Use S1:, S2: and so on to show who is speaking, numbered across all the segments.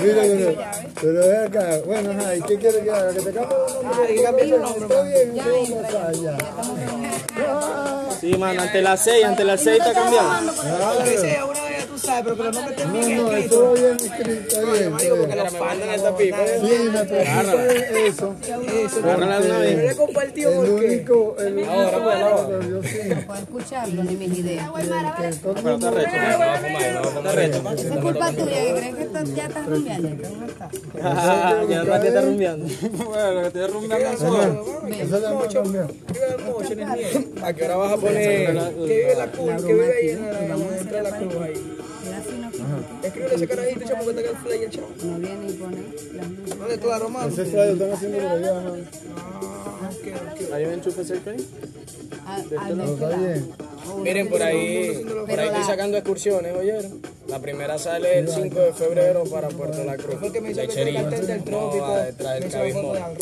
S1: Mira, mira, pero ven acá, bueno, ajá, ¿y qué quieres que haga? ¿Que te cambie el nombre? Que cambie el nombre. Está bien, vamos para allá. Ah,
S2: Sí, mano, ante las 6, ante las 6 está cambiado.
S1: claro.
S3: Una vez tú sabes, pero que los nombres estén
S1: No,
S3: bien
S1: no,
S3: escritos.
S1: estuvo bien escrito, bien, bien.
S3: Los fans no, nadie-
S1: Sí, me preocupé eso.
S3: eso,
S1: porque
S2: Agárrala de una vez.
S3: Yo le he compartido
S1: El
S3: porque
S1: único, el único que yo
S4: Para escucharlo ni mis ideas.
S1: que todo el
S2: Pero
S1: mundo
S2: está recho, mano. Está recho, mano.
S4: Es culpa tuya que crees que estás- ya estás cambiando.
S2: Ah, Ya Randy está rumbeando. Bueno, que estoy rumbeando solo.
S1: Eso ya no cambió.
S3: vive el mocho en el nieve. ¿A qué hora
S5: pues?
S3: vas a poner que vive la cruz? Que vive ahí en la, en la, la cruz ahí. Escríbele ese carajito, chamo, que está acá el flyer, chamo.
S4: No viene y pone las luces.
S3: ¿Dónde tú la romano?
S1: Ese flyer están haciendo por allá, ajá.
S2: ¿Hay un enchufe cerca ahí?
S4: A- al de este
S1: Está
S4: lado.
S1: bien.
S6: Miren, por ahí, por ahí estoy sacando excursiones, oyeron. La primera sale el 5 de febrero para Puerto La Cruz.
S3: Porque me hizo el
S6: Lechería.
S3: cartel del trópico,
S6: No va detrás
S3: me
S6: del
S3: hizo la
S6: cabismo.
S3: foto de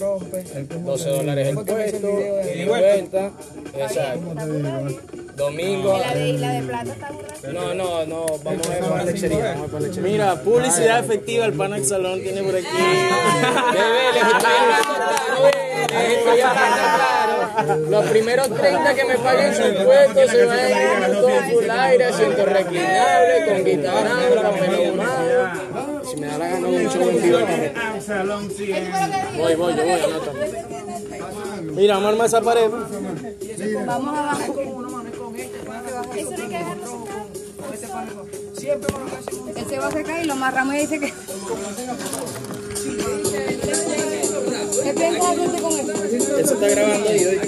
S3: rompe.
S6: 12 dólares el
S3: Porque me hizo el
S6: puesto,
S3: video de-
S6: ida y vuelta. Exacto.
S1: Te digo,
S6: Domingo.
S4: de, la de plata está burra.
S6: No, no, no, vamos a ir para la lechería.
S2: Mira, publicidad efectiva, el Panax Salón tiene por aquí.
S6: Bebé, les estoy hablando claro, eh, les estoy hablando claro. Los primeros 30 que me paguen su puesto se van a ir con full aire, asiento reclinable, con guitarra, papel ahumado. Si me da la gana, un show en vivo.
S2: Voy, voy, yo voy, anoto. Mira, vamos a armar esa pared.
S4: Vamos a bajar. este, Él se va a secar y lo marramos y dice que. Es bien cómodo con eso.
S6: Eso está grabando y hoy.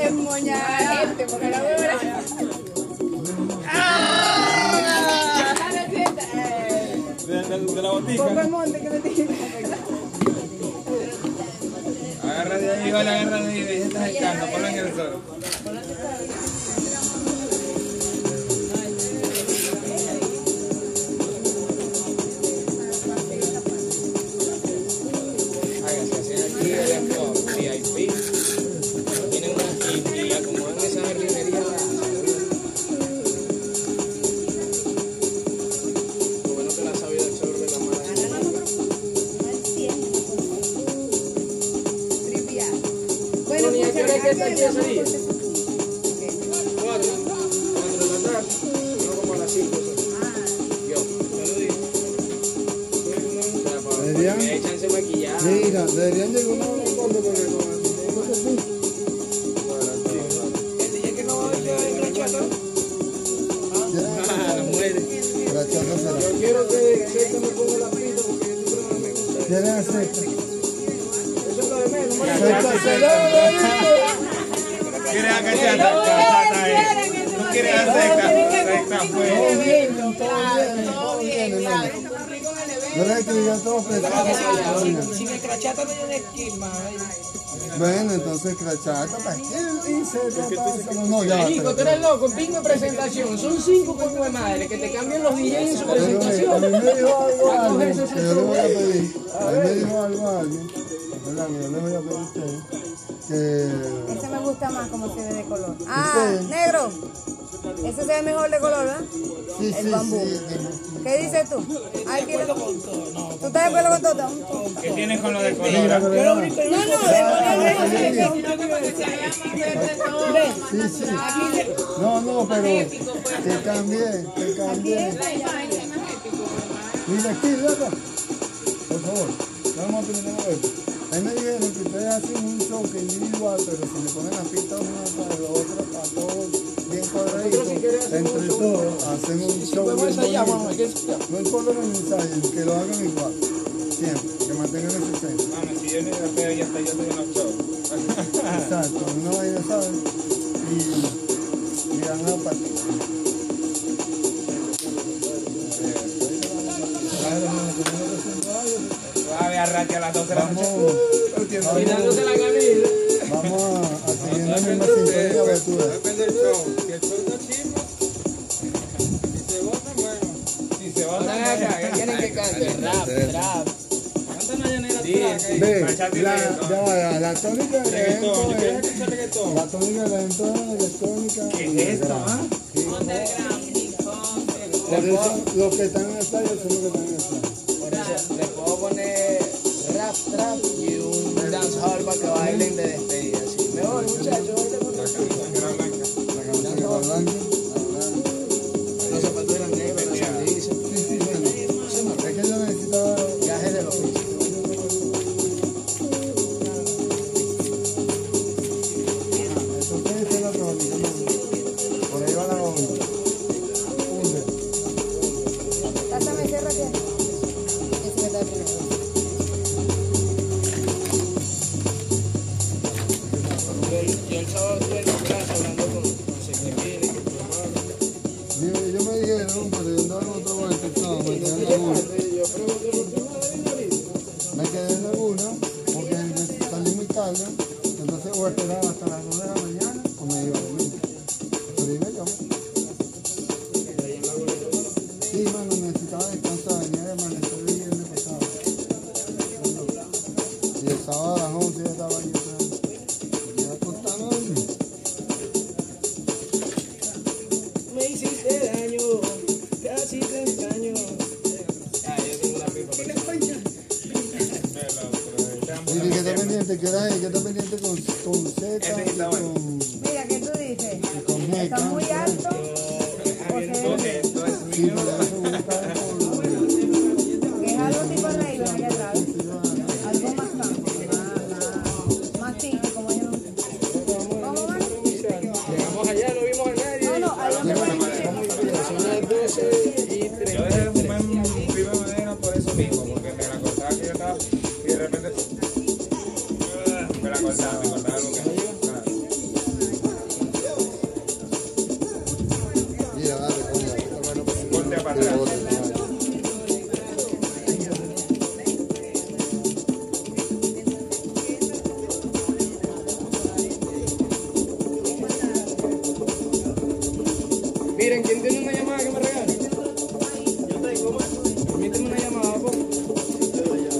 S4: Es moñada. Este, porque la huevona.
S5: Agarra de ahí, vale, agarra de ahí, de ahí estás sacando, ponlo en el suelo.
S4: Bueno, muchas gracias.
S1: Deberían,
S6: Échanse maquillaje.
S1: mira, deberían llegar uno a un acuerdo porque con el dinero que sí.
S3: El día que no va a ir a la chata,
S1: Ya,
S6: Ah, las mujeres.
S1: la chapa será.
S3: quiero que Aceite me ponga la pinta porque yo creo que no me gusta.
S1: ¿Quieren acepta?
S3: Eso es lo de menos, ¿no?
S1: ¡Acepta será!
S5: ¿Quieres acachar? ¿Tú quieres aceptar?
S1: Todo bien, todo bien, todo bien, hermano. ¿Verdad que ya todo prestado?
S3: Sin el crachata no hay una esquema. ¿eh?
S1: Bueno, entonces crachata para quién dice No, ya.
S6: Chico, tú
S1: pero-
S6: eres loco, pingo presentación. Son cinco con de madre que te cambian los DJs en su
S1: Pero me- a mí
S6: presentación.
S1: me dijo algo a alguien, que yo le voy a pedir. A mí me dijo algo a alguien, ¿verdad? Yo le voy a pedir a ustedes que
S4: Ese me gusta más como se ve de color. Ah, negro. Ese se ve mejor de color, ¿verdad?
S1: Sí, sí,
S4: bambú.
S1: sí.
S4: ¿Qué dices tú? Ay, quiero- ¿Tú estás de acuerdo con todo?
S5: ¿Qué tienes con lo de color?
S3: Yo lo único que
S4: No, no, de color no.
S1: Sí, pues. sí. No, no, pero te cambié, te cambié. Mira aquí, loco. Por favor, vamos a terminar esto. Ahí me dijeron que ustedes hacen un choque individual, pero si le ponen las pistas una para la otra, para todos bien cuadraditos, entre todos hacen un show bien bonito. No importa los ensayos, que lo hagan igual. Siempre, que mantengan el sustento.
S7: Mano, si yo le digo que ya está, yo estoy en el show.
S1: Exacto, una vaina, ¿sabes? Y, y van a partir.
S7: Suave, arranque a las 12 de la noche.
S1: Vamos,
S8: Dándose la camisa.
S1: vamos a, a seguir la misma sintonía que tú ves.
S7: Depende del show. Si el show está chido, si se vota, bueno. Si se vota,
S8: Ven acá, que tienen que cantar. Rap, rap.
S7: Canta una llanera atrás, que-
S1: Ve,
S7: bachata y
S1: la,
S7: reggaetón.
S1: ya va, la, la tónica del
S7: Reggaetón,
S1: evento
S7: yo quiero
S1: es...
S7: escuchar reggaetón.
S1: La tónica del evento es electrónica.
S7: ¿Qué es esto, ah?
S1: Por eso, los que están en el estadio son los que están en el estadio.
S8: Por eso, le puedo poner rap, trap y un dancehall para que bailen de despedida. ¿sí? Me voy, muchachos. bailen con los
S1: La canción que va blanca,
S8: Los zapatos eran negros, los sandillas,
S1: la blanca. Es que yo necesitaba...
S8: viajes de los pisos.
S1: Eso que es la tónica, ¿no? Por ahí va la onda. Hunde.
S9: Pásame ese raquete. Es que está bien.
S8: Yo el sábado estuve en la plaza hablando con, con Sequimini, con tu hermano.
S1: Yo, yo me dijeron, pero yo andaba en otra vuelta, estaba, me quedé en Laguna. Me quedé en Laguna porque me salí muy tarde, entonces o esperaba hasta las 2 de la mañana o me iba a dormir. Pero ahí me llamó. Sí, mano, necesitaba descansar, venía de amanecer el viernes pasado. Y el sábado a las 11 ya estaba ahí otra vez. Ya acostado a dormir.
S8: Me hiciste daño, casi te extraño. Ah, yo tengo una pipa.
S1: Y que está pendiente, que era ahí, que está pendiente con, con Z y con,
S9: Mira, ¿qué tú dices?
S1: y con
S9: ¿Está muy
S1: Neca.
S9: alto? ¿O se ve bien?
S7: Esto es
S1: Sí, pero eso uno está con-
S9: Es algo tipo rey, lo que le trae. Algo más campo. Ah, Más tinto, como yo no sé. ¿Cómo va?
S8: Llegamos allá, no vimos a nadie.
S9: No, no, ahí donde
S8: Son las 12 y 30.
S7: Yo dejé de fumar mi pipa de madera por eso mismo, porque me la cortaba que yo estaba y de repente me la cortaba, me cortaba algo que Claro.
S1: Mira, dale, coño.
S7: Ponte para atrás.
S8: Miren, ¿quién tiene una llamada que me regale? Yo tengo, Permíteme una llamada, pues? por favor.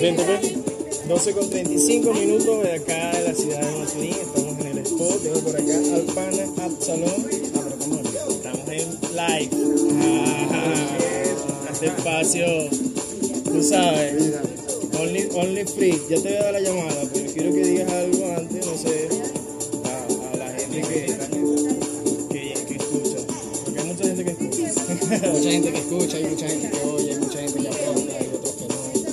S8: Vente, pues. 12 con 35 minutos de acá de la ciudad de Maturín. Estamos en el spot. Tengo por acá al pana Absalón. Ah, pero ¿cómo no? Estamos en live. Ah, este espacio, tú sabes. Only, only free. Ya te voy a dar la llamada, pero quiero que digas algo antes, no sé, a, a la gente que, que, que escucha. Porque hay mucha gente que escucha.
S6: mucha gente que escucha, hay mucha gente que oye, hay mucha gente que aporta, hay otros que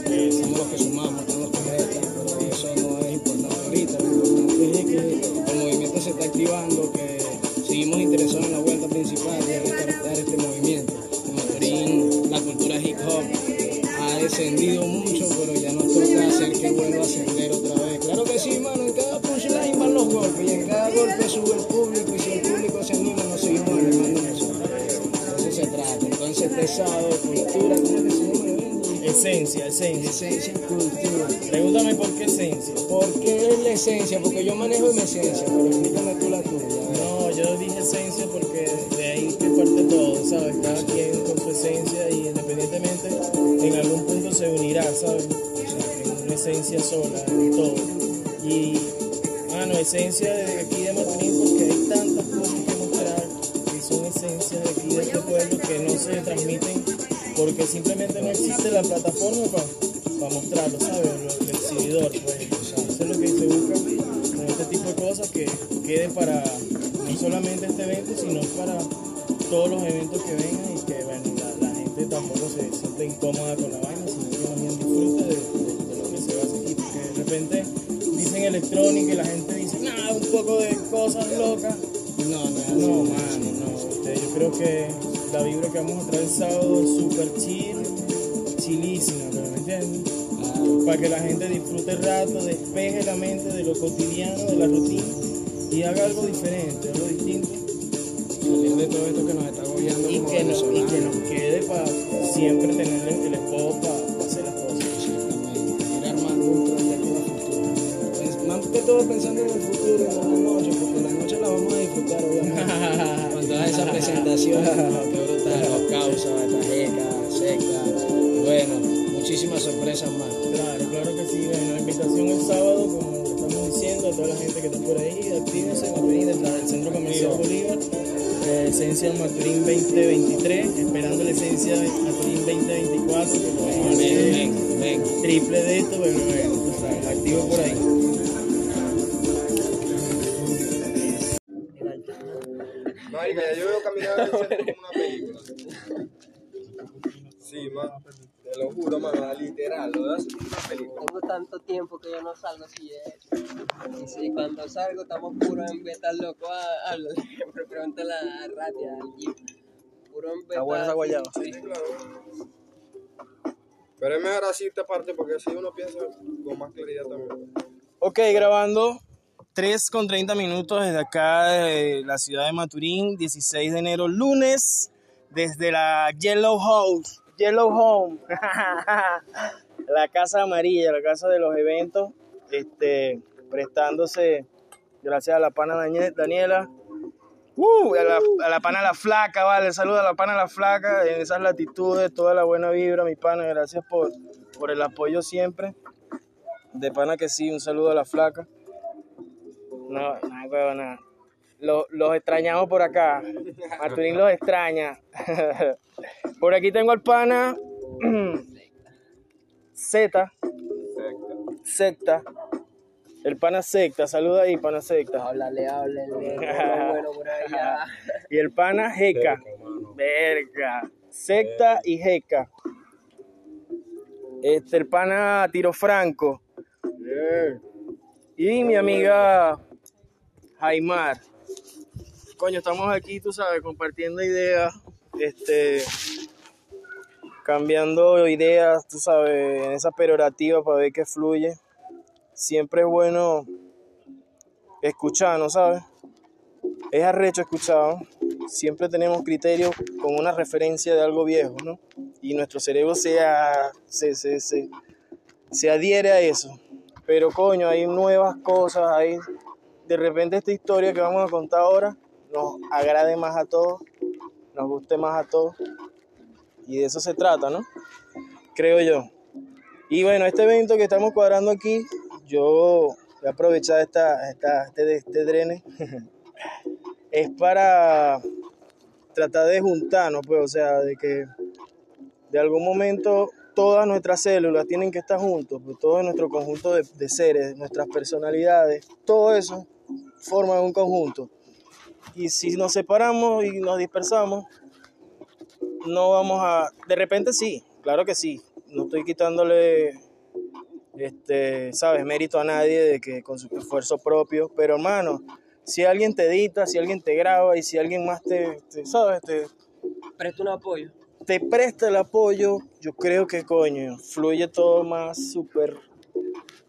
S6: no. Somos los que sumamos, somos los que restan, pero eso no es importante ahorita. Lo importante es que el movimiento se está activando, que seguimos interesados en la vuelta principal y en rescatar este movimiento. En Maturín, la cultura hip hop ha descendido mucho, pero ya nos toca hacer que vuelva a ascender otra vez. Claro que sí, mano, en cada punchline van los golpes y en cada golpe sube el público y si el público se anima, nos seguimos animando nosotros. De eso se trata. Entonces, este sábado, cultura, ¿cómo que se llama el evento?
S2: Esencia, esencia.
S6: Esencia, cultura.
S2: Pregúntame por qué esencia.
S6: ¿Por qué es la esencia? Porque yo manejo mi esencia, pero explícame tú la tuya. a ver.
S2: No, yo dije esencia porque de ahí que parte todo, ¿sabes? Cada quien con su esencia y independientemente en algún punto se unirá, ¿sabes? O sea, en una esencia sola, en todo. Y, mano, esencia de aquí de Maturín porque hay tantas cosas que mostrar que son esencias de aquí de este pueblo que no se transmiten porque simplemente no existe la plataforma para mostrarlo, ¿sabes? El, el exhibidor, pues. O sea, eso es lo que se busca con este tipo de cosas que quede para no solamente este evento, sino para todos los eventos que vengan y que bueno, la, la gente tampoco se siente incómoda con la vaina, sino que más bien disfruta de, de- de lo que se va a hacer aquí, porque de repente dicen electrónica y la gente dice, nada, un poco de cosas locas.
S6: No, no,
S2: No,
S6: no.
S2: mano, no. Este, yo creo que la vibra que vamos a traer el sábado es súper chill, chilísima, pero ¿me entiendes? Para que la gente disfrute el rato, despeje la mente de lo cotidiano, de la rutina y haga algo diferente, algo distinto.
S6: Salir de todo esto que nos está agobiando
S2: Y
S6: como
S2: que, nos, y que
S6: venezolanos.
S2: nos quede para siempre tener el, el escobo para hacer las cosas.
S6: Ir armando un proyecto a futuro. Pues, Más que todo pensando en el futuro, en la noche, porque la noche la vamos a disfrutar, obviamente. Con todas esas presentaciones, no, qué brutal, los causas, tajeca, secta, bueno, muchísimas sorpresas más.
S2: Claro, claro que sí. Bueno, la invitación el sábado, como lo estamos diciendo, a toda la gente que está por ahí, actívense en Maturín, detrás del Centro Comercial Bolívar, eh, Esencia Maturín 2023, esperando la esencia de Maturín 2024, que lo vamos a hacer
S6: Ven, ven.
S2: triple de esto, pero bueno, tú sabes, activo por ahí.
S10: Marica, ya yo veo caminando en el centro como una película. Sí, man. Te lo juro, mano, literal, lo das como una película.
S3: Tengo tanto tiempo que yo no salgo si es. Y si cuando salgo estamos puros en beta loco. Ah, Hablo, pero pregúntale a Ratia, al Jim. Puro en beta.
S11: buena esa guayaba.
S3: Sí.
S10: Pero es mejor así esta parte porque así uno piensa con más claridad también.
S2: Ok, grabando 3 con 30 minutos desde acá, de la ciudad de Maturín, 16 de enero, lunes, desde la Yellow House, Yellow Home, la casa amarilla, la casa de los eventos, este, prestándose, gracias a la pana Dañe- Daniela, uh, a, la, a la pana La Flaca, vale, saluda a la pana La Flaca, en esas latitudes, toda la buena vibra, mi pana, gracias por, por el apoyo siempre. De pana que sí, un saludo a la flaca. No, nada, huevo, nada. Los, los extrañamos por acá. Maturín los extraña. por aquí tengo al pana. Z. Secta. El pana secta. Saluda ahí, pana secta.
S3: Háblale, háblale. todo lo bueno por allá.
S2: Y el pana jeca. Verga. Secta y jeca. Este, el pana tiro franco. Y mi amiga Jaimar. Coño, estamos aquí, tú sabes, compartiendo ideas, este, cambiando ideas, tú sabes, en esa perorativa para ver qué fluye. Siempre es bueno escuchar, ¿no sabes? Es arrecho escuchar. ¿no? Siempre tenemos criterios con una referencia de algo viejo, ¿no? Y nuestro cerebro se, a- se, se, se, se adhiere a eso. Pero coño, hay nuevas cosas, hay de repente esta historia que vamos a contar ahora nos agrade más a todos, nos guste más a todos. Y de eso se trata, ¿no? Creo yo. Y bueno, este evento que estamos cuadrando aquí, yo voy a aprovechar esta, esta- este, este drene. es para tratar de juntarnos, pues, o sea, de que de algún momento todas nuestras células tienen que estar juntos, pues, todo nuestro conjunto de, de seres, nuestras personalidades, todo eso forma un conjunto. Y si nos separamos y nos dispersamos, no vamos a... De repente sí, claro que sí. No estoy quitándole, este, sabes, mérito a nadie de que con su esfuerzo propio, pero hermano, si alguien te edita, si alguien te graba y si alguien más te, te- sabes, te,
S3: Presta un apoyo.
S2: te presta el apoyo, yo creo que coño, fluye todo más súper.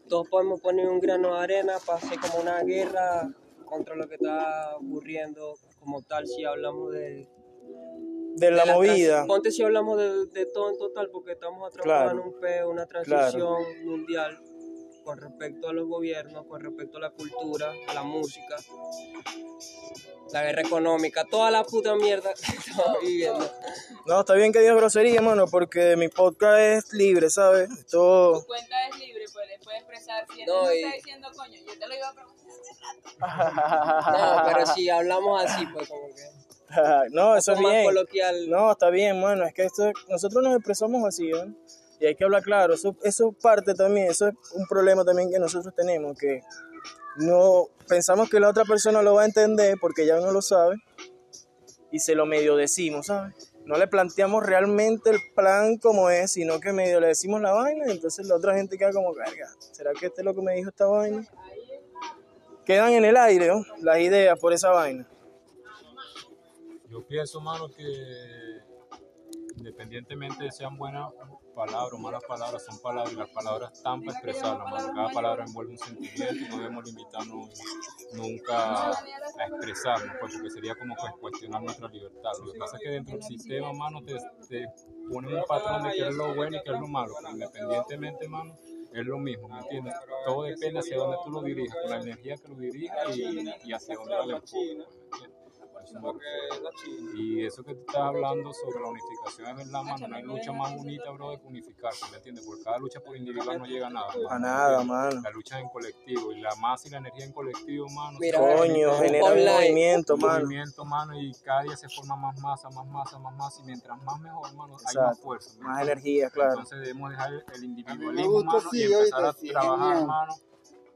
S3: Todos podemos poner un grano de arena para hacer como una guerra contra lo que está ocurriendo como tal si hablamos de
S2: De la
S3: las
S2: movida.
S3: trans- Ponte si hablamos de, de todo en total, porque estamos
S2: Claro.
S3: atrapados en un peo, una transición mundial con respecto a los gobiernos, con respecto a la cultura, a la música, la guerra económica, toda la puta mierda que estamos viviendo.
S2: No, está bien que digas grosería, mano, porque mi podcast es libre, ¿sabes? Todo.
S12: cuenta es libre, puedes, puedes expresar. Si él
S3: No,
S12: no,
S3: y-
S12: está diciendo coño, yo te lo iba a preguntar.
S3: No, pero si hablamos así, pues como que.
S2: no, eso es
S3: más
S2: bien.
S3: coloquial.
S2: No, está bien, mano. Es que esto, nosotros nos expresamos así, ¿eh? Y hay que hablar claro. Eso, eso es parte también. Eso es un problema también que nosotros tenemos, que no pensamos que la otra persona lo va a entender porque ya no lo sabe y se lo medio decimos, ¿sabes? No le planteamos realmente el plan como es, sino que medio le decimos la vaina y entonces la otra gente queda como, carga, ¿será que este es lo que me dijo esta vaina? Quedan en el aire ¿no? las ideas por esa vaina.
S13: Yo pienso, mano, que independientemente de sean buenas palabras o malas palabras, son palabras y las palabras están para expresarlas, mano. Cada palabra envuelve un sentimiento y no debemos limitarnos nunca a expresarnos, pues, porque sería como que cuestionar nuestra libertad. Lo que pasa es que dentro del sistema, mano, te, te ponen un patrón de qué es lo bueno y qué es lo malo, pero independientemente, mano, es lo mismo, ¿me entiendes? Todo depende hacia dónde tú lo dirijas, con la energía que lo dirijas y, y hacia dónde lo enfocas, y eso que tú estás hablando sobre la unificación es verdad, mano. No hay lucha más bonita, bro, de que unificarse, ¿me entiendes? Porque cada lucha por individual no llega a nada.
S2: A nada, mano.
S13: La lucha es en colectivo y la masa y la energía en colectivo, mano.
S2: Mira, coño,
S13: se-
S2: genera un
S3: online.
S2: movimiento,
S13: un
S2: mano.
S13: movimiento, mano, y cada día se forma más masa, más masa, más masa, y mientras más mejor, mano, hay más
S2: Exacto.
S13: fuerza. ¿me
S2: Más
S13: entiendes?
S2: energía, claro.
S13: Entonces debemos dejar el- el
S1: me
S13: individualismo,
S1: gusta
S13: mano,
S1: así,
S13: y empezar a
S1: oíste, sí,
S13: trabajar,
S1: genial.
S13: mano,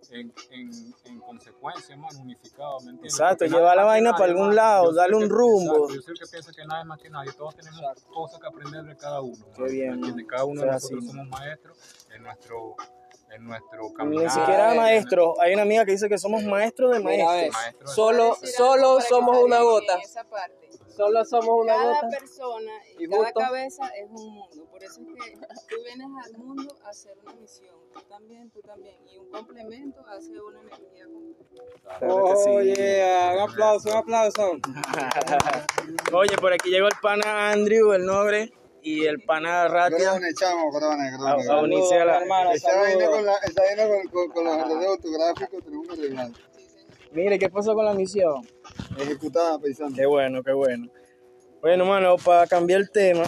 S13: en, en, en consecuencia, mano, unificado, ¿me entiendes?
S2: Exacto,
S13: Porque nadie
S2: llevar la
S13: más que
S2: vaina
S13: nadie,
S2: para algún
S13: mano.
S2: lado,
S13: Yo soy
S2: darle
S13: el
S2: un
S13: que-
S2: rumbo.
S13: exacto, yo soy el que piensa que nadie es más que nadie, todos tenemos cosas que aprender de cada uno.
S2: Qué
S13: ¿me
S2: bien,
S13: entiendes?
S2: ¿no?
S13: Cada uno de
S2: Sea
S13: nosotros
S2: así.
S13: somos maestros en nuestro, en nuestro caminar.
S2: Ni siquiera
S13: en-
S2: maestros. Hay una amiga que dice que somos maestros de
S3: eh, Mira, a ver,
S2: maestros.
S13: Maestro de
S3: solo,
S4: Decir algo
S3: solo
S4: para que
S3: somos una
S4: salimos
S3: gota.
S4: en esa parte.
S3: Solo somos una
S4: Cada
S3: gota.
S4: persona y,
S3: Y
S4: cada
S3: justo.
S4: cabeza es un mundo. Por eso es que tú vienes al mundo a hacer una misión. Tú también, tú también. Y un complemento hace una energía completa.
S2: Claro que sí.
S5: un aplauso, un aplauso.
S2: Oye, por aquí llegó el pana Andrew, el nobre, y el pana Ratia
S1: Grones, chamo, grones,
S2: a,
S1: grones.
S2: a unirse a la.
S5: hermano,
S1: Esa vaina
S5: saludos.
S1: con, la, esa vaina con, con, con los arreglos autográficos tenemos que arreglar.
S2: Mire, ¿qué pasó con la misión?
S1: Ejecutada, paisano.
S2: Qué bueno, qué bueno. Bueno, mano, para cambiar el tema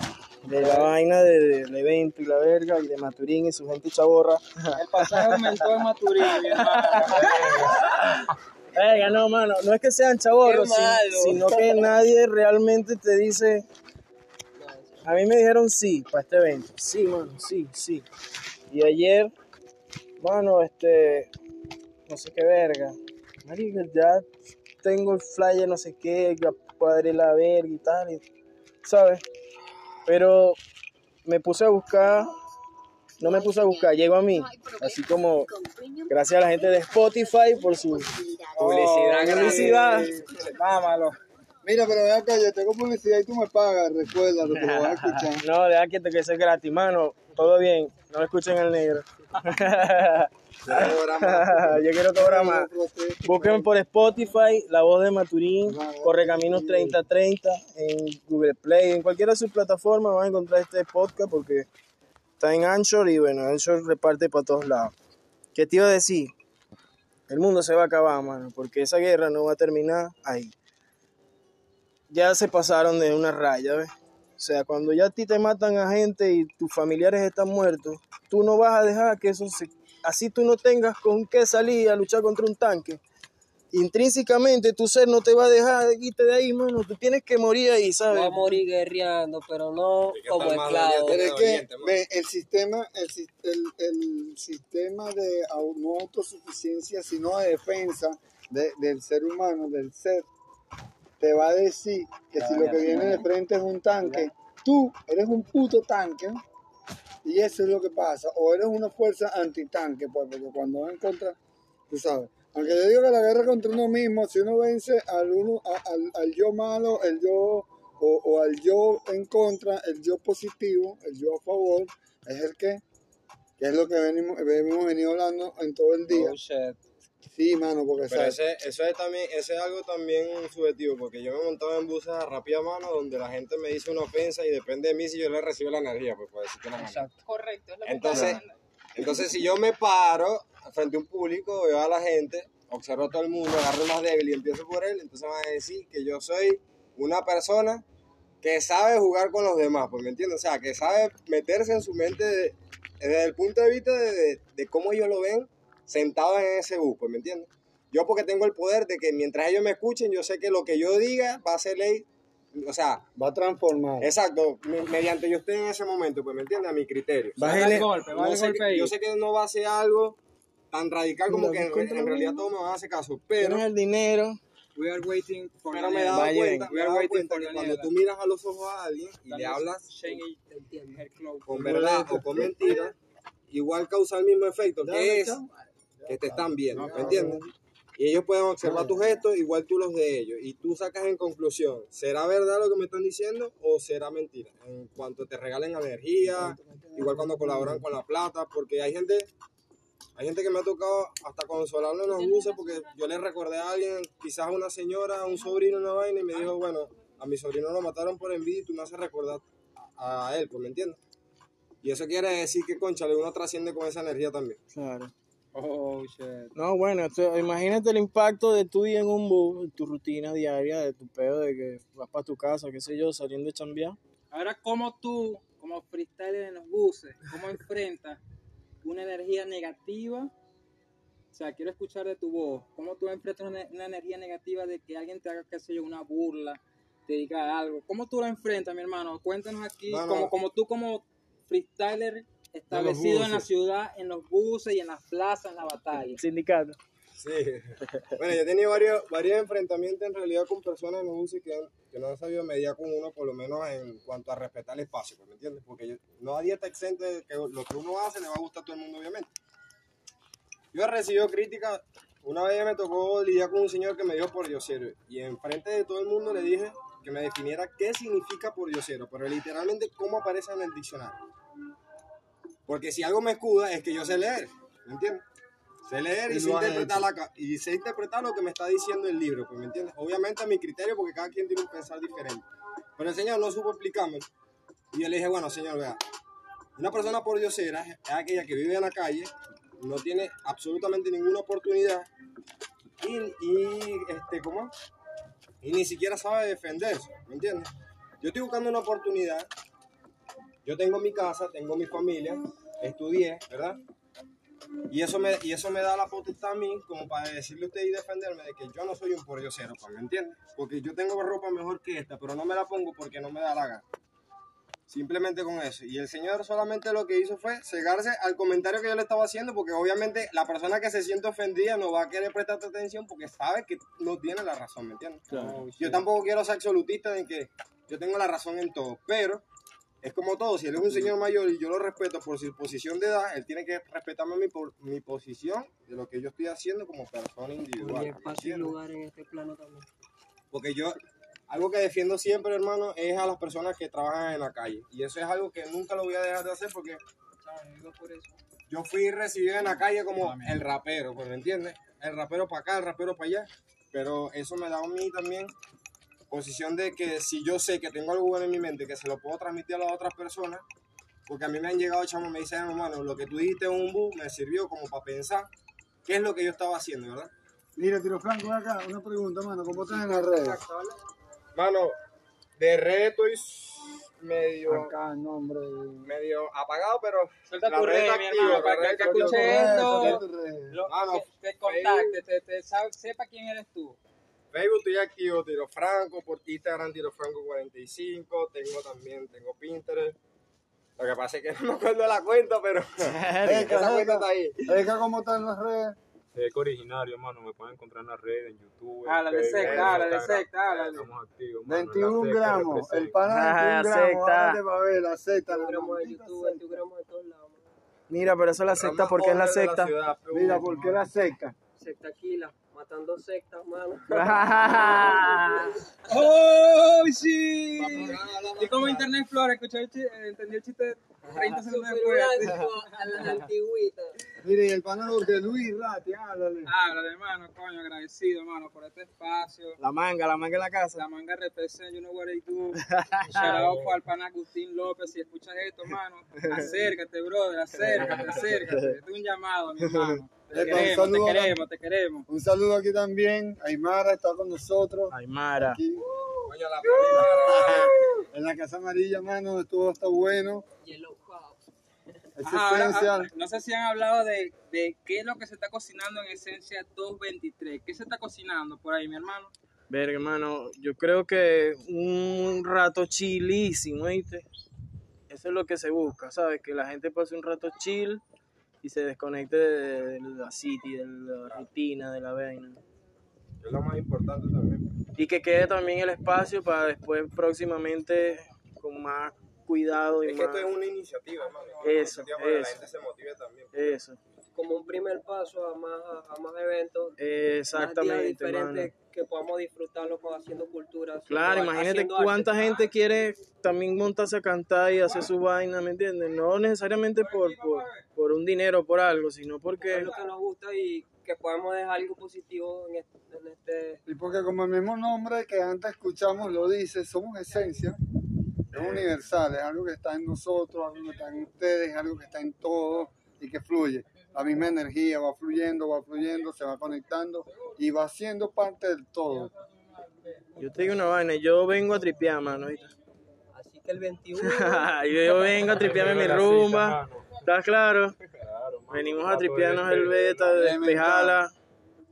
S2: de la vaina de- de- del evento y la verga y de Maturín y su gente chaborra.
S5: El pasaje aumentó en Maturín, mi hermano.
S2: Verga, no, mano, no es que sean chaborros,
S3: Qué
S2: si-
S3: malo.
S2: sino que nadie realmente te dice. A mí me dijeron sí para este evento. Sí, mano, sí, sí. Y ayer, mano, este, no sé qué verga. Marico, ya tengo el flyer, no sé qué, ya cuadré la verga y tal, y- ¿sabes? Pero me puse a buscar, no me puse a buscar, llegó a mí. Así como, gracias a la gente de Spotify por su Oh,
S7: Oh,
S5: Publicidad
S2: publicidad.
S5: Mámalo.
S1: Mira, pero ve acá, yo tengo publicidad y tú me pagas, recuerda, te lo voy a escuchar.
S2: No, deja quieto que eso es gratis, mano. Todo bien, no lo escuchen al negro. Yo quiero cobrar más. Busquen por Spotify La Voz de Maturín, Correcaminos 3030, en Google Play, en cualquiera de sus plataformas van a encontrar este podcast porque está en Anchor y bueno, Anchor reparte para todos lados. ¿Qué te iba a decir? El mundo se va a acabar, mano, porque esa guerra no va a terminar ahí. Ya se pasaron de una raya, ¿ves? O sea, cuando ya a ti te matan a gente y tus familiares están muertos, tú no vas a dejar que eso se... Así tú no tengas con qué salir a luchar contra un tanque. Intrínsecamente tu ser no te va a dejar de irte de ahí, mano. Tú tienes que morir ahí,
S3: Voy a
S2: ¿sabes?
S3: morir guerreando, pero no
S14: que
S3: como
S14: estar más
S3: esclavo.
S1: Pero es
S14: Oriente,
S1: que,
S7: pues.
S14: mano.
S1: ve, el sistema, el, sis- el, el sistema de au- no autosuficiencia, sino de defensa de- del ser humano, del ser, te va a decir que si lo que viene de frente es un tanque, tú eres un puto tanque, y eso es lo que pasa, o eres una fuerza antitanque, pues, porque cuando van contra, tú sabes. Aunque yo digo que la guerra contra uno mismo, si uno vence al, uno, a- al, al yo malo, el yo o, o al yo en contra, el yo positivo, el yo a favor, es el que, que es lo que venimos, hemos venido hablando en todo el día.
S10: Oh, shit.
S1: Sí, mano, porque
S10: Pero
S1: sabes.
S10: ese, eso es también, ese es algo también subjetivo, porque yo me montaba en buses a rápida mano donde la gente me dice una ofensa y depende de mí si yo le recibo la energía, pues para decirte la mano.
S4: Correcto, es lo que
S10: Entonces,
S4: estaba hablando.
S10: entonces si yo me paro frente a un público, veo a la gente, observo a todo el mundo, agarro el más débil y empiezo por él, entonces van a decir que yo soy una persona que sabe jugar con los demás, pues me entiendes, o sea, que sabe meterse en su mente de- desde el punto de vista de, de- de cómo ellos lo ven sentado en ese bus, pues me entiendes. Yo porque tengo el poder de que mientras ellos me escuchen, yo sé que lo que yo diga va a ser ley, o sea,
S1: Va a transformar.
S10: exacto, me- mediante yo esté en ese momento, pues me entiendes, a mi criterio.
S2: Va a
S5: Dale
S2: gener-
S5: golpe,
S10: No
S5: vale
S10: sé
S5: golpe
S10: que-
S5: ahí.
S10: yo sé que no va a ser algo tan radical como que en, en realidad todo me van a hacer caso. Pero
S6: Tienes el dinero.
S10: We are waiting for
S6: Pero
S10: Pero me
S6: me
S10: he dado
S6: da
S10: cuenta, me he
S6: We are
S10: dado
S6: waiting
S10: cuenta
S6: for
S10: que
S6: the
S10: cuando
S6: Daniela.
S10: tú miras a los ojos a alguien y le hablas con verdad o con mentira, igual causa el mismo efecto, que es que te están viendo, ¿me entiendes? Y ellos pueden observar tus gestos, igual tú los de ellos. Y tú sacas en conclusión, ¿será verdad lo que me están diciendo o será mentira? En cuanto te regalen energía, igual cuando colaboran con la plata, porque hay gente hay gente que me ha tocado hasta consolarlo en los buses porque yo le recordé a alguien, quizás a una señora, a un sobrino, una vaina, y me dijo, bueno, a mi sobrino lo mataron por envidia y tú me haces recordar a él, pues me entiendes. Y eso quiere decir que, conchale, uno trasciende con esa energía también.
S6: Claro.
S10: Oh, shit.
S6: No, bueno, esto- imagínate el impacto de tú ir en un bus, en tu rutina diaria, de tu pedo, de que vas para tu casa, qué sé yo, saliendo de chambear.
S5: Ahora, ¿cómo tú, como freestyler en los buses, cómo enfrentas una energía negativa? O sea, quiero escuchar de tu voz. ¿Cómo tú enfrentas una, una energía negativa de que alguien te haga, qué sé yo, una burla, te diga algo? ¿Cómo tú la enfrentas, mi hermano? Cuéntanos aquí,
S10: No, no.
S5: Como, como tú como freestyler establecido en la
S10: buses.
S5: ciudad, en los buses y en las plazas, en la batalla.
S6: Sindicato.
S10: Sí. Bueno, yo he tenido varios, varios enfrentamientos en realidad con personas en los buses que, han- que no han sabido mediar con uno, por lo menos en cuanto a respetar el espacio, pues, ¿me entiendes? Porque yo- nadie está exento de que lo que uno hace le va a gustar a todo el mundo, obviamente. Yo he recibido críticas. Una vez me tocó lidiar con un señor que me dijo por diosero y enfrente de todo el mundo le dije que me definiera qué significa por diosero, pero literalmente cómo aparece en el diccionario. Porque si algo me escuda es que yo sé leer, ¿me entiendes? Sé leer y,
S1: Y
S10: sé,
S1: lo has
S10: interpretar
S1: hecho.
S10: la ca- y sé interpretar lo que me está diciendo el libro, pues, ¿me entiendes? Obviamente a mi criterio porque cada quien tiene un pensar diferente. Pero el señor no supo explicarme y yo le dije, bueno, señor, vea, una persona por diosera es aquella que vive en la calle, no tiene absolutamente ninguna oportunidad y, y, este, ¿cómo? es? y ni siquiera sabe defenderse, ¿me entiendes? Yo estoy buscando una oportunidad, yo tengo mi casa, tengo mi familia, estudié, ¿verdad? Y eso me, y eso me da la potestad a mí como para decirle a usted y defenderme de que yo no soy un por diosero, pues, ¿me entiendes? Porque yo tengo ropa mejor que esta, pero no me la pongo porque no me da la gana. Simplemente con eso. Y el señor solamente lo que hizo fue cegarse al comentario que yo le estaba haciendo, porque obviamente la persona que se siente ofendida no va a querer prestarte atención porque sabe que no tiene la razón, ¿me entiendes? Yo tampoco quiero ser absolutista de que yo tengo la razón en todo, pero es como todo, si él es un señor mayor y yo lo respeto por su posición de edad, él tiene que respetarme mi, por- mi posición de lo que yo estoy haciendo como persona individual.
S12: Hay
S10: ¿me
S12: espacio y
S10: entiendes?
S12: lugar en este plano también.
S10: Porque yo, algo que defiendo siempre, hermano, es a las personas que trabajan en la calle. Y eso es algo que nunca lo voy a dejar de hacer porque yo fui recibido en la calle
S1: Ah,
S10: como el rapero, pues, ¿me entiendes? El rapero para acá, el rapero para allá. Pero eso me da a mí también posición de que si yo sé que tengo algo bueno en mi mente, que se lo puedo transmitir a las otras personas, porque a mí me han llegado chamos, me dicen, hermano, lo que tú dijiste en un bus me sirvió como para pensar qué es lo que yo estaba haciendo, ¿verdad?
S1: Mira, Tiro Franco, ven acá, una pregunta, mano. ¿Cómo estás en las redes?
S10: Mano, de red estoy medio.
S1: Acá, no, hombre.
S10: Medio apagado, pero.
S5: Suelta
S10: la
S5: tu
S10: red
S5: red,
S10: está
S5: mi
S10: activa,
S5: hermano,
S10: la
S5: para
S10: red
S5: que- que
S10: está activa.
S5: escuche esto.
S10: Lo- Mano,
S5: Te contacte, te, te sa- sepa quién eres tú.
S10: Facebook estoy activo, Tiro Franco, por Instagram Tiro Franco 45, tengo también, tengo Pinterest. Lo que pasa es que no me acuerdo de la cuenta, pero esa cuenta está ahí.
S1: Venga, ¿cómo están las redes?
S13: Seco originario, mano. Me pueden encontrar en las redes, en YouTube. en
S5: Háblale,
S13: Facebook,
S5: secta,
S13: en
S5: háblale,
S13: Instagram.
S5: secta, háblale.
S13: Estamos activos, mano.
S1: 21
S13: La secta
S1: gramos.
S13: representa.
S1: El pana
S6: Ah,
S1: 21 gramos.
S6: secta.
S1: Ándate, Babel, acepta.
S6: Mira, pero eso es la secta porque es la secta.
S1: Mira, ¿por qué la secta?
S12: Secta Aquila, matando sectas, mano.
S5: ¡Oh, sí! Y como Internet Flora, escuché el chiste, entendí el chiste 30 segundos después.
S1: blanco,
S12: a la antigüita.
S1: Mira, y el pana de Luis Rati, háblale.
S5: Háblale, hermano, coño, agradecido, hermano, por este espacio.
S6: La manga, la manga en la casa.
S5: La manga representa, you know what I do. Shout out para el pana Agustín López, si escuchas esto, hermano, acércate, brother, acércate, acércate. Te un llamado, mi hermano. Te
S1: Epa, un
S5: queremos, te
S1: saludo.
S5: queremos, te queremos.
S1: Un saludo aquí también. Aymara está con nosotros.
S6: Aymara.
S1: Aquí. En la Casa Amarilla, mano, todo está bueno. Es
S5: Ajá, ahora,
S1: esencial.
S5: ah, no sé si han hablado de, de qué es lo que se está cocinando en Esencia 223. ¿Qué se está cocinando por ahí, mi hermano?
S6: Verga, hermano, yo creo que un rato chilísimo, ¿viste? Eso es lo que se busca, ¿sabes? Que la gente pase un rato chill,
S2: y se desconecte de, de la city, de la rutina, de la vaina.
S10: Es lo más importante también.
S2: Y que quede también el espacio para después próximamente con más cuidado y
S3: Es que
S2: más...
S3: esto es una iniciativa, hermano. Una
S2: Eso,
S3: iniciativa para que la
S2: eso.
S3: gente se motive también.
S2: Eso.
S4: Como un primer paso a más, a- a más eventos. Más días
S2: Exactamente,
S4: diferentes que podamos disfrutarlo con- haciendo cultura. haciendo
S2: Claro,
S4: ar-
S2: imagínate
S4: haciendo arte.
S2: cuánta gente quiere también montarse a cantar y hacer su vaina, ¿me entiendes? No necesariamente por, por, por un dinero, por algo, sino
S4: Es
S2: porque...
S4: lo que nos gusta y que podamos dejar algo positivo en este. En este
S1: Y porque como el mismo nombre que antes escuchamos lo dice, somos esencia, es
S2: Eh.
S1: universal, es algo que está en nosotros, algo que está en ustedes, algo que está en todos y que fluye. La misma energía va fluyendo, va fluyendo, se va conectando y va siendo parte del todo.
S2: Yo te digo una vaina, yo vengo a tripear, mano. ¿oíste?
S4: así que el 21.
S2: yo vengo a tripearme mi rumba, ¿estás claro? Venimos a tripearnos el beta, despejarla.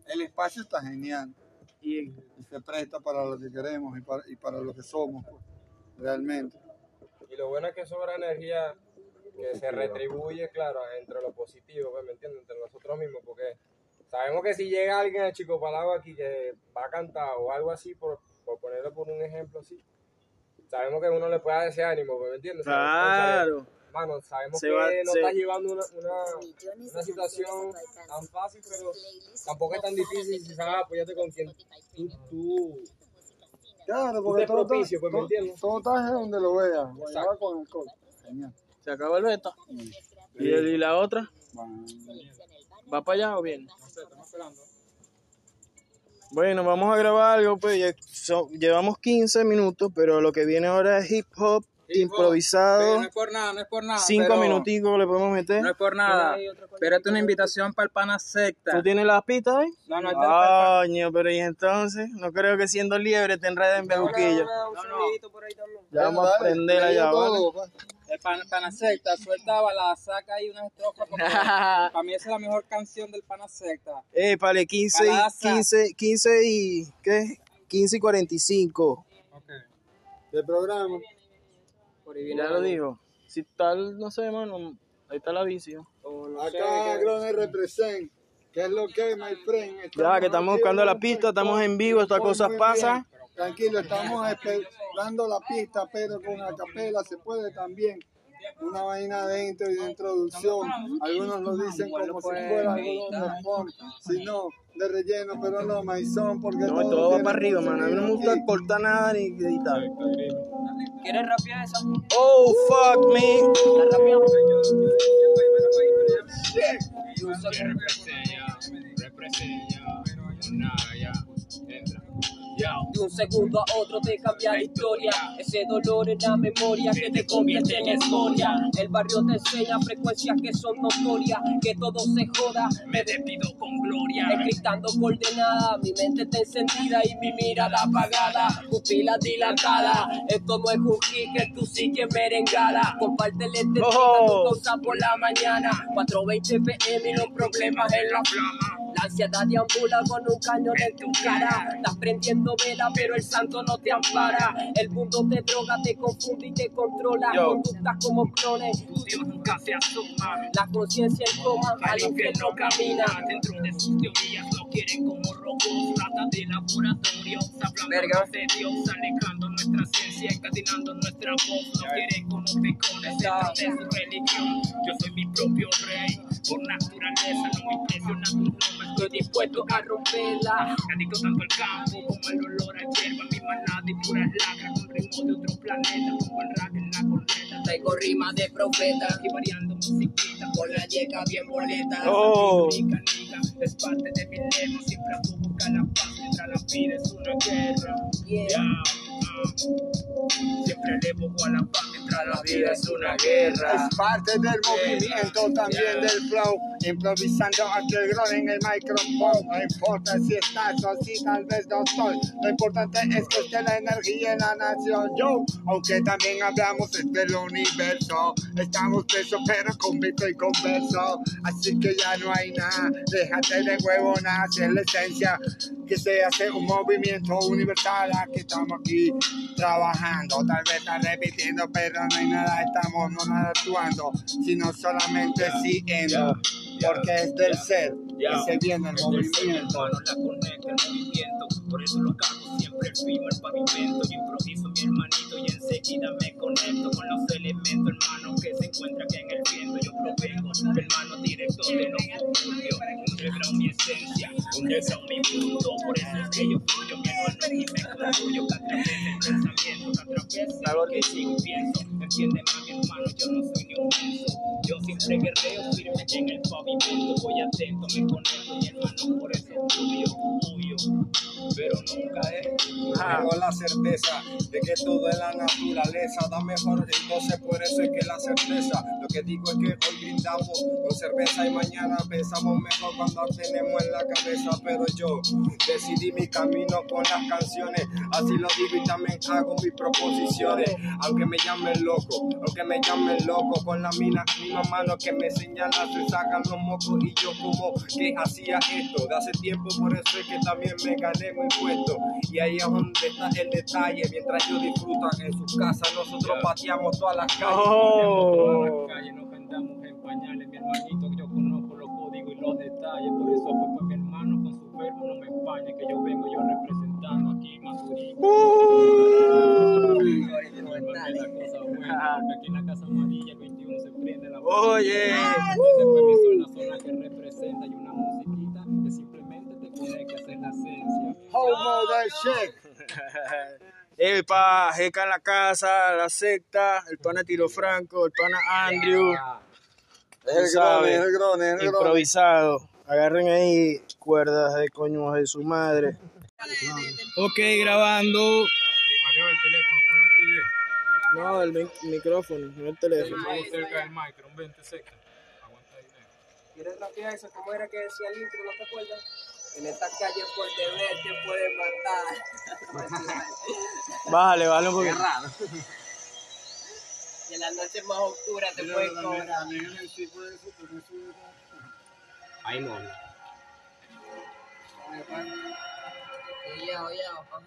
S1: El espacio está genial
S2: y
S1: se presta para lo que queremos y para, y para lo que somos, pues, realmente.
S10: Y lo bueno es que sobra energía que se retribuye, claro, entre lo positivo, pues, ¿me entiendes? Entre nosotros mismos, porque sabemos que si llega alguien a Chico Palau aquí que va a cantar o algo así, por, por ponerlo por un ejemplo así, sabemos que uno le puede dar ese ánimo, pues, ¿me entiendes?
S2: Claro.
S10: Mano, sabemos
S2: Se
S10: que
S2: va-
S10: no
S2: se-
S10: estás llevando una, una, una situación tan fácil, pero tampoco es tan difícil si sabes apoyarte con quien tú, tú,
S1: Claro,
S10: tú
S1: porque
S10: te
S1: todo, está-
S10: propicio, pues, ¿me
S1: todo,
S10: entiendes?
S1: todo está desde donde lo veas, guayaba con el coco. Genial.
S2: Se acaba el beta. ¿Y, el- y la otra? ¿Va para allá o viene? Bueno, vamos a grabar algo, pues ya son- llevamos 15 minutos, pero lo que viene ahora es hip hop, improvisado.
S5: No es por nada, no es por nada.
S2: Cinco ¿eh?
S5: pero
S2: minuticos le podemos meter.
S5: No es por nada. Pero esto es una invitación para el pana secta.
S2: ¿Tú tienes las pistas ahí?
S5: No, no, está-
S2: Coño, pero y entonces, no creo que siendo liebre te enreden en bejuquillo. Ya vamos a prender allá, ¿vale?
S5: El pana, pana secta, suelta balada, saca ahí unas estrofas. como- para mí esa es la mejor canción del pana secta.
S2: Eh, vale, 15 y,
S5: Palaza.
S2: 15, 15 y, ¿qué? 15 y 45.
S1: De programa.
S2: Ya lo dijo. Si tal, no sé, mano, ahí está la vicio.
S1: Acá Groner represent. ¿Qué es lo que, my friend? este,
S2: Ya que estamos buscando la pista, estamos en vivo, estas
S1: Muy,
S2: cosas
S1: muy
S2: pasan.
S1: bien. Tranquilo, estamos esperando la pista, pero con la capela se puede también. Una vaina dentro y de introducción. Algunos lo dicen como si fuera algo de fondo, si no, de relleno, pero no, maizón, porque
S2: No, y todo va para arriba, mano. A mí no me gusta cortar nada ni editar.
S4: ¿Quieres rapear esa?
S2: Oh, fuck me.
S4: De un segundo a otro te cambia la historia. Ese dolor en la memoria que te convierte en escoria. El barrio te enseña frecuencias que son notorias. Que todo se joda, me despido con gloria. Escritando coordenada, mi mente está encendida y mi mirada apagada. Pupila dilatada, esto no es un que tú sigues merengada. Compártele este
S2: Oh.
S4: tu causa por la mañana. 4.20 pm y los problemas en la flama. La ansiedad deambula con un cañón en tu cara. Estás prendiendo vela, pero el santo no te ampara. El mundo te droga, te confunde y te controla.
S2: Yo.
S4: Conductas como clones, tu Dios nunca se asoma. La conciencia en coma, al infierno camina. Dentro de sus teorías lo quieren como robots, ratas de laboratorio. Hablando de Dios, alejando nuestra esencia, encadenando nuestra voz. Nos quieren como pecones dentro de su religión. Yo soy mi propio rey, por naturaleza no me impresiona tu nombre. Estoy dispuesto a romperla. Adicto tanto al campo como el olor a hierba, mi manada y puras lacras. Con ritmo de otro planeta, pongo el rap en la corneta. Traigo rimas de profeta, y variando musiquita. Con la llega bien boleta.
S2: Oh.
S4: Nica, nica, es parte de mi lema. Siempre busca la paz, mientras la vida es una guerra. Ya, ah. Siempre le busco a la paz, mientras la vida es una guerra.
S1: Es parte del movimiento, también del flow. Improvisando aquí el gron en el micrófono. No importa si estás o si tal vez no estoy. Lo importante es que esté la energía en la nación. Yo, aunque también hablamos desde el universo. Estamos presos, pero con Vito y converso. Así que ya no hay nada. Déjate de huevonas, es la esencia. Que se hace un movimiento universal. Aquí estamos aquí
S15: trabajando. Tal vez está repitiendo, pero no hay nada, estamos no nada actuando, sino solamente siguiendo. Porque es del ser, que se viene el movimiento.
S4: Por eso lo cargo siempre firmo el pavimento. Yo improviso mi hermanito y enseguida me conecto con los elementos, hermano, que se encuentra aquí en el viento. Yo provengo, hermano directo de los estudios. Un refrán mi esencia, un refrán mi mundo. Por eso es que yo fluyo, mi hermano, y me construyo. Que atraviesa el pensamiento, que atraviesa lo que sigo y pienso. Entiende más, mi hermano, yo no soy ni un menso. Yo siempre guerreo firme en el pavimento. Voy atento, me conecto, mi hermano, por eso fluyo, huyo.
S10: pero nunca es. Tengo la certeza de que todo es la naturaleza, da mejor, entonces por eso es que la certeza. Lo que digo es que hoy brindamos con cerveza y mañana pensamos mejor cuando tenemos en la cabeza. Pero yo decidí mi camino con las canciones, así lo digo y también hago mis proposiciones. Aunque me llamen loco, aunque me llamen loco, con la mina, misma mano que me señala, se sacan los mocos y yo como que hacía esto de hace tiempo, por eso es que también me gané mi puesto. Y ahí es donde está el detalle, mientras yo disfrutan en sus casas, nosotros pateamos todas las calles.
S4: Oh. Nos vendamos en pañales, mi hermanito, que yo conozco los códigos y los detalles. Por eso, pues, pues mi hermano con su verbo no me empaña, que yo vengo yo representando aquí Maturín. La cosa buena, porque aquí en la Casa Amarilla el 21 se prende la
S6: Oye.
S4: Después mi son la zona que representa y una musiquita que simplemente te conecta, esa es la esencia.
S15: Homo del shit.
S3: Epa, Jeca en la casa, la secta, el pana Tiro Franco, el pana Andrew.
S15: Es el grone,
S3: Tú sabes,
S15: es el grone, es el grone.
S3: Improvisado. Agarren ahí cuerdas de coño de su madre. Ok, grabando.
S13: el teléfono, ponlo aquí, ve.
S3: No, el mic- micrófono, no el teléfono.
S13: Ponlo cerca del micro, um un 20 seconds. Aguanta ahí, ve.
S12: ¿Quieres rapear eso? ¿Cómo era que decía el intro? ¿No te acuerdas? En esta calle
S4: pues,
S12: por deber te pueden matar.
S3: Bájale, bájale un poquito.
S12: Qué raro. Y en las noches más oscuras te pueden cobrar.
S4: Ahí no.
S12: Y ya, ya, ajá.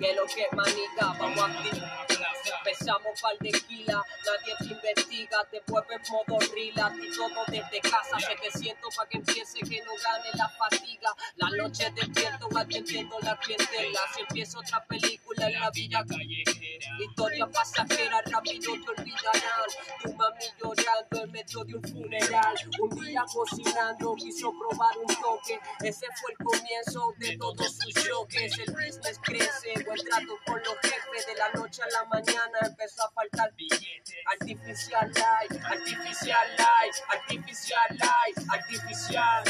S12: Que lo que manica, vamos aquí. Empezamos pa'l tequila, nadie te investiga, te vuelves modo rila, ti todo desde casa, 700 pa' que empiece que no gane la fatiga. La noche despierto atendiendo la clientela, si empieza otra película en la vida callejera. Historia pasajera, rápido te olvidarán, tu mami llorando en medio de un funeral. Un día cocinando quiso probar un toque, ese fue el comienzo de todo su choque. El business crece, buen trato con los jefes, de la noche a la mañana empezó a faltar billete. Artificial light, artificial light, artificial light, artificial.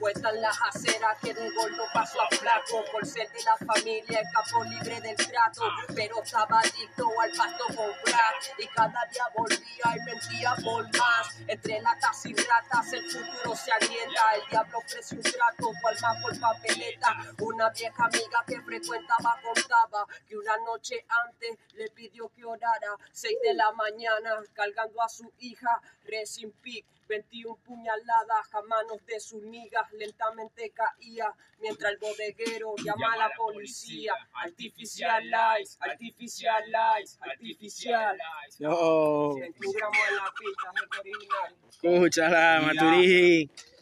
S12: Cuestan las aceras que de gordo paso a flaco. Por ser de la familia escapó libre del trato. Pero estaba adicto al pasto con crack. Y cada día volvía y mentía por más. Entre latas y ratas el futuro se agrieta. El diablo ofrece un trato, cual más por papeleta. Una vieja amiga que frecuentaba contaba que una noche antes le pidió que orara. Seis de la mañana cargando a su hija. Resin Pick, 21 puñaladas a manos de sus migas lentamente caía mientras el bodeguero llama a la policía. Artificial lies, artificial lies, artificial lies.
S3: No.
S12: 21 gramos en la pista, gente original.
S3: Escúchala, Maturín.